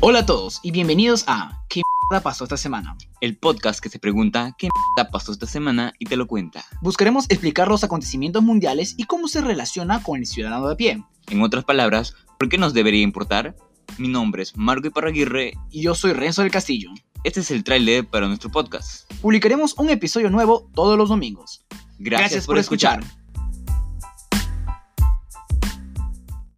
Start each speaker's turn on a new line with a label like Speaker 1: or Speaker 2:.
Speaker 1: Hola a todos y bienvenidos a ¿Qué mierda pasó esta semana?
Speaker 2: El podcast que se pregunta qué mierda pasó esta semana y te lo cuenta.
Speaker 1: Buscaremos explicar los acontecimientos mundiales y cómo se relaciona con el ciudadano de a pie.
Speaker 2: En otras palabras, ¿por qué nos debería importar? Mi nombre es Marco Iparraguirre.
Speaker 1: Y yo soy Renzo del Castillo.
Speaker 2: Este es el tráiler para nuestro podcast.
Speaker 1: Publicaremos un episodio nuevo todos los domingos.
Speaker 2: Gracias, por, escuchar.